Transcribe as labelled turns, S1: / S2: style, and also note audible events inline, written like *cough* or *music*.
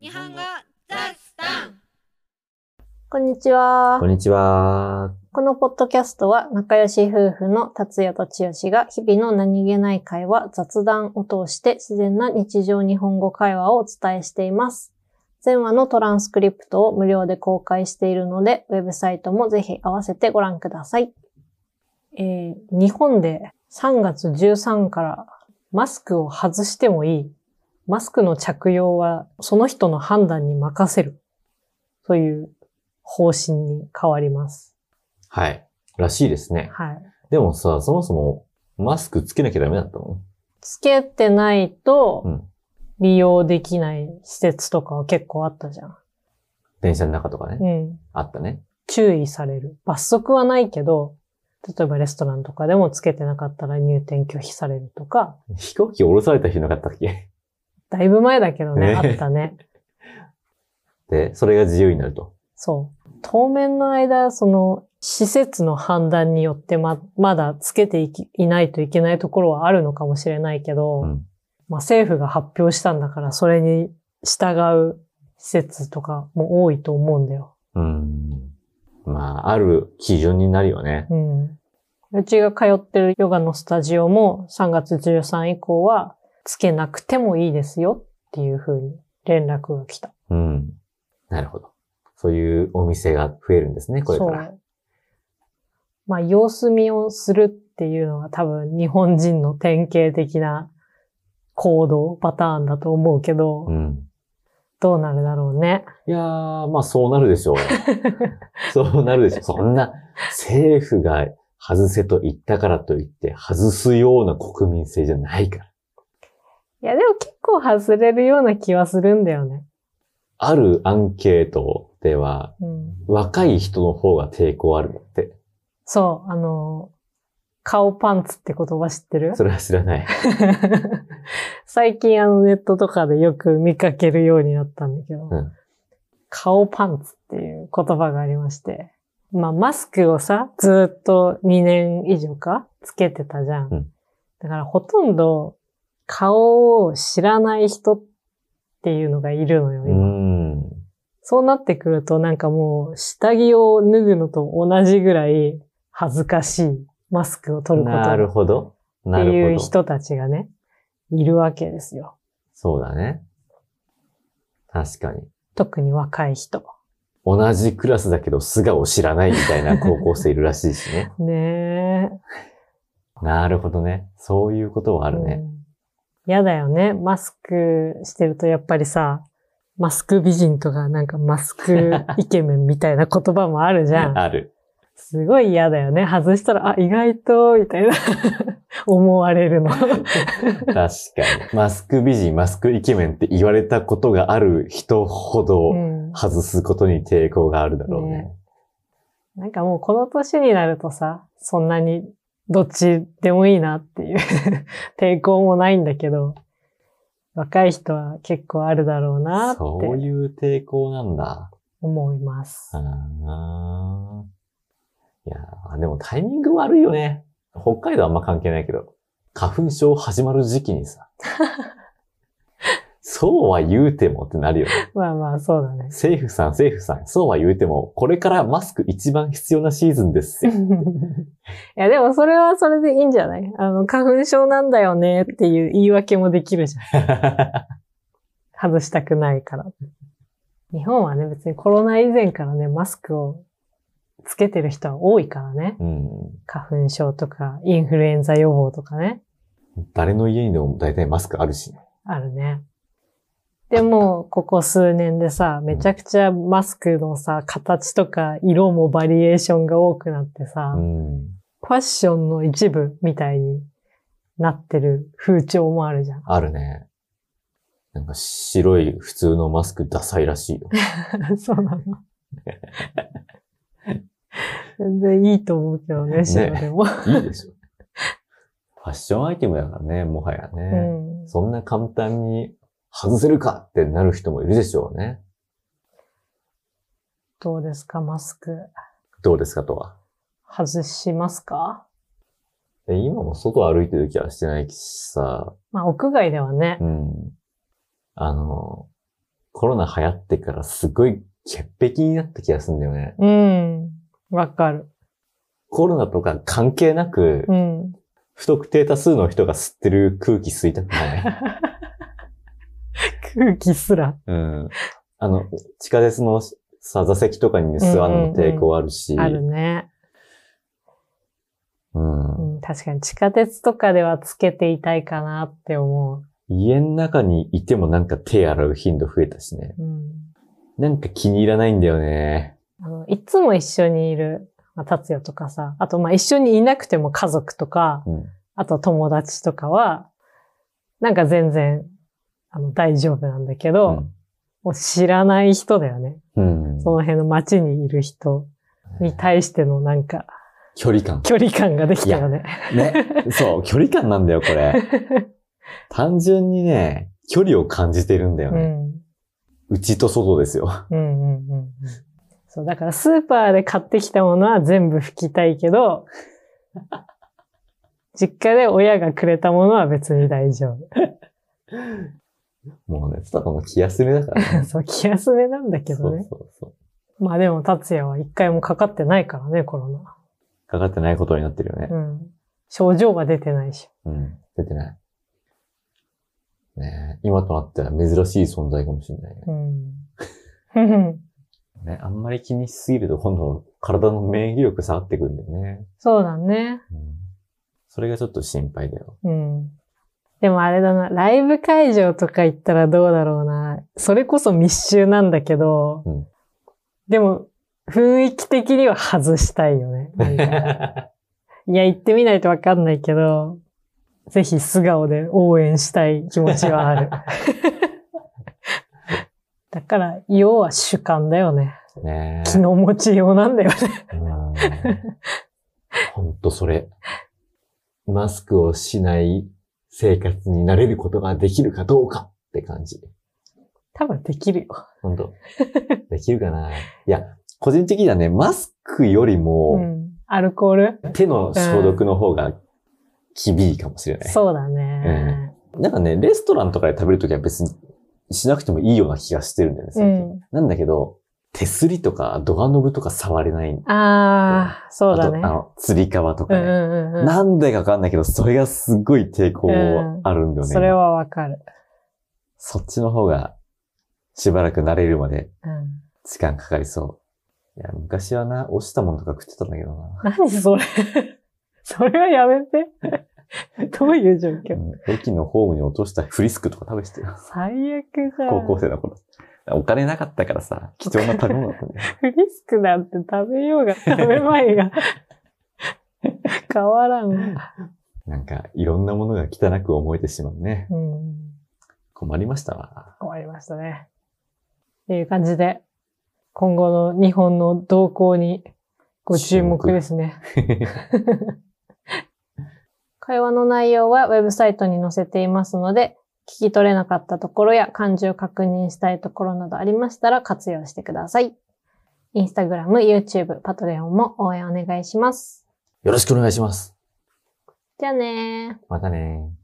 S1: 日本語ザスタン
S2: こんにちは
S3: こ。んにちは。
S2: このポッドキャストは仲良し夫婦の達也と千代が日々の何気ない会話、雑談を通して自然な日常日本語会話をお伝えしています。前話のトランスクリプトを無料で公開しているので、ウェブサイトもぜひ合わせてご覧ください。えー日本で3月13からマスクを外してもいい。マスクの着用はその人の判断に任せる。という方針に変わります。
S3: はい。らしいですね。
S2: はい。
S3: でもさ、そもそも、マスクつけなきゃダメだったの
S2: つけてないと
S3: うん。
S2: 利用できない施設とかは結構あったじゃん。
S3: 電車の中とかね。
S2: うん。
S3: あったね。
S2: 注意される。罰則はないけど、例えばレストランとかでもつけてなかったら入店拒否されるとか、
S3: 飛行機降ろされた日なかったっけ *laughs*
S2: だいぶ前だけどね、
S3: ね
S2: あったね。
S3: で、それが自由になると。
S2: そう。当面の間、その、施設の判断によってま、まだつけていきいないといけないところはあるのかもしれないけど、
S3: うん
S2: まあ政府が発表したんだから、それに従う施設とかも多いと思うんだよ。
S3: うーん。まあ、ある基準になるよね。
S2: うん。うちが通ってるヨガのスタジオも3月13以降はつけなくてもいいですよっていう風に連絡が来た。
S3: うん。なるほど。そういうお店が増えるんですね、これから。
S2: う。まあ、様子見をするっていうのは多分日本人の典型的な行動、パターンだと思うけど、
S3: うん。
S2: どうなるだろうね。
S3: いやー、まあそうなる
S2: *laughs*
S3: でしょう。そうなるでしょう。そんな、政府が外せと言ったからといって、外すような国民性じゃないから。
S2: いや、でも結構外れるような気はするんだよね。
S3: あるアンケートでは、
S2: うん、
S3: 若い人の方が抵抗あるんだって。
S2: そう、あの、顔パンツって言葉知ってる
S3: それは知らない。
S2: *laughs* 最近あのネットとかでよく見かけるようになったんだけど、
S3: うん
S2: 顔パンツっていう言葉がありまして、まあマスクをさ、ずーっと2年以上かつけてたじゃん。
S3: うん
S2: だからほとんど顔を知らない人っていうのがいるのよ、
S3: うー
S2: 今
S3: ん。
S2: そうなってくるとなんかもう下着を脱ぐのと同じぐらい恥ずかしいマスクを取ること
S3: なるほど。
S2: って
S3: な
S2: いう
S3: るほど。
S2: 人たちがね、いるわけですよ。
S3: そうだね。確かに。
S2: 特に若い人。
S3: 同じクラスだけど素顔知らないみたいな高校生いるらしいしね。
S2: ねえ。
S3: なるほどね。そういうことはあ
S2: あ
S3: るね。。
S2: 嫌、だよね。マスクしてるとやっぱりさ、マスク美人とかなんかマスクイケメンみたいな言葉もあるじゃん。
S3: *laughs* ある。
S2: すごい嫌だよね。外したら、あ、意外と、みたいな、 *laughs* 思われ
S3: *laughs*
S2: るの。
S3: 確かに。マスク美人、マスクイケメンって言われたことがある人ほ
S2: う
S3: ど
S2: ん
S3: 外すことに抵抗があるだろうね。
S2: ねなんかもうこの年になるとさ、そんなにどっちでもいいなっていう *laughs* 抵抗もないんだけど、若い人は結構あるだろうなっ
S3: そう
S2: て
S3: いう抵抗なんだ。
S2: 思います
S3: あ。ーいやーでもタイミング悪いよね。北海道はあんま関係ないけど、花粉症始まる時期
S2: *laughs*
S3: にさ。そうは言うてもってなるよね。
S2: まあまあ、そうだね。 *laughs*
S3: 政府さん、政府さん、そうは言うても、これからマスク一番必要なシーズンで
S2: *laughs*
S3: すよ。
S2: いや、でもそれはそれでいいんじゃないあの、花粉症なんだよねっていう言い訳もできるじゃん。外したくないから。日本はね、別にコロナ以前からね、マスクをつけてる人は多いからね。
S3: うん
S2: 花粉症とか、インフルエンザ予防とかね、
S3: 誰の家にでも大体マスクあるしね。
S2: あるね。でも、ここ数年でさ、めちゃくちゃマスクのさ、形とか色もバリエーションが多くなってさ、
S3: うん。
S2: ファッションの一部みたいになってる風潮もあるじゃん。
S3: あるね。なんか白い普通のマスクダサいらしいよ。
S2: *laughs* そうなの。全然いいと思うけどね、白でも。
S3: いいでしょ。ファッションアイテムだからね、もはや
S2: う
S3: ね。
S2: ん、
S3: そんな簡単に外せるかってなる人もいるでしょうね。
S2: どうですか、マスク。
S3: どうですかとは。
S2: 外しますか
S3: で今も外歩いてる時はしてないしさ、
S2: まあ、屋外ではね
S3: う。ん。あの、コロナ流行ってからすごい潔癖になった気がするんだよね。
S2: うん。わかる。
S3: コロナとか関係なく、
S2: うん。
S3: 不特定多数の人が吸ってる空気吸いたくない。
S2: *laughs* 空気すら。
S3: うん。あの、地下鉄のさ、座席とかに座るの抵抗あるし、
S2: あるね、
S3: うん
S2: うん。確かに地下鉄とかではつけていたいかなって思
S3: 家の中にいてもなんか手洗う頻度増えたしね。
S2: う。うん。
S3: なんか気に入らないんだよね。
S2: あの、いつも一緒にいる、まあ、達也とかさ、あとまあ一緒にいなくても家族とか、
S3: うん。
S2: あと友達とかは、なんか全然、あの、大丈夫なんだけど、もう知らない人だよね。
S3: うん。うん
S2: その辺の街にいる人に対してのなんか、
S3: 距離感。
S2: 距離感ができたよね。 *laughs*
S3: ね。そう、距離感なんだよ、これ。単純にね、距離を感じてるんだよ
S2: う
S3: ね。
S2: ん。
S3: 内と外ですよ。
S2: うんうんうんうん。そう、だからスーパーで買ってきたものは全部拭きたいけど、 *laughs* 実家で親がくれたものは別に大丈夫。
S3: もうね、ただの気休めだからね。
S2: *laughs* そう、気休めなんだけどね。
S3: そうそうそう。
S2: まあでも、達也は一回もかかってないからね、コロ
S3: かかってないことになってるよね
S2: ナ。。うん。症状は出てないし。
S3: うん。出てない。ねえ今となっては珍しい存在かもしれないね。 *laughs*
S2: うん。うん
S3: ね、あんまり気にしすぎると今度体の免疫力下がってくるんだよね。
S2: そうだね。
S3: うん。それがちょっと心配だ *laughs* よ。
S2: うん。でもあれだな、ライブ会場とか行ったらどうだろうな。それこそ密集なんだけど、
S3: うん
S2: でも、雰囲気的には外したいよね。なん
S3: *laughs*
S2: かいや、行ってみないとわかんないけど、ぜひ素顔で応援したい気持ちはある。
S3: *laughs*
S2: だから、要は主観だよね。
S3: ね
S2: 気の持ちようなんだ
S3: *laughs*
S2: よね。
S3: え。うんほんとそれ。マスクをしない生活に慣れることができるかどうかって感 *laughs* じ。
S2: 多分できるよ。
S3: ほんと。できるかないや、個人的にはね、マスクより
S2: う
S3: も、
S2: ん。アルコール
S3: 手の消毒の方が、厳しいかもしれない。
S2: そうだね。
S3: なんかね、レストランとかで食べるときは別にしなくてもいいような気がしてるんだよね、
S2: う
S3: 最近
S2: ん。
S3: なんだけど、手すりとかドアノブとか触れない。
S2: ああ、そうだね
S3: あと、あ。の、釣り革と
S2: う
S3: か
S2: んう
S3: ね。
S2: んうんうん。
S3: なんでかわかんないけど、それがすごい抵抗あるんだよね。
S2: それはわかる。
S3: そっちの方が、しばらく慣れるまで
S2: うん。
S3: 時間かかりそう。いや、昔はな、落ちたものとか食ってたんだけどな。
S2: 何それ *laughs* それはやめて。 *laughs* どういう状況
S3: うん駅のホームに落としたフリスクとか食べてたよ。
S2: 最悪じゃん。
S3: 高校生の頃。お金なかったからさ、貴重な食べ物
S2: *laughs*
S3: だったんだよ。
S2: フリスクなんて食べようが食べまい
S3: *laughs*
S2: が変わらんわ。
S3: なんか、いろんなものが汚く思えてしまうね。
S2: うん。
S3: 困りましたわ。
S2: 困りましたね。っていう感じで、今後の日本の動向にご注目ですね。会話の内容はウェブサイトに載せていますので、聞き取れなかったところや漢字を確認したいところなどありましたら活用してください。インスタグラム、YouTube、パトレオンも応援お願いします。
S3: よろしくお願いします。
S2: じゃあねー。
S3: またねー。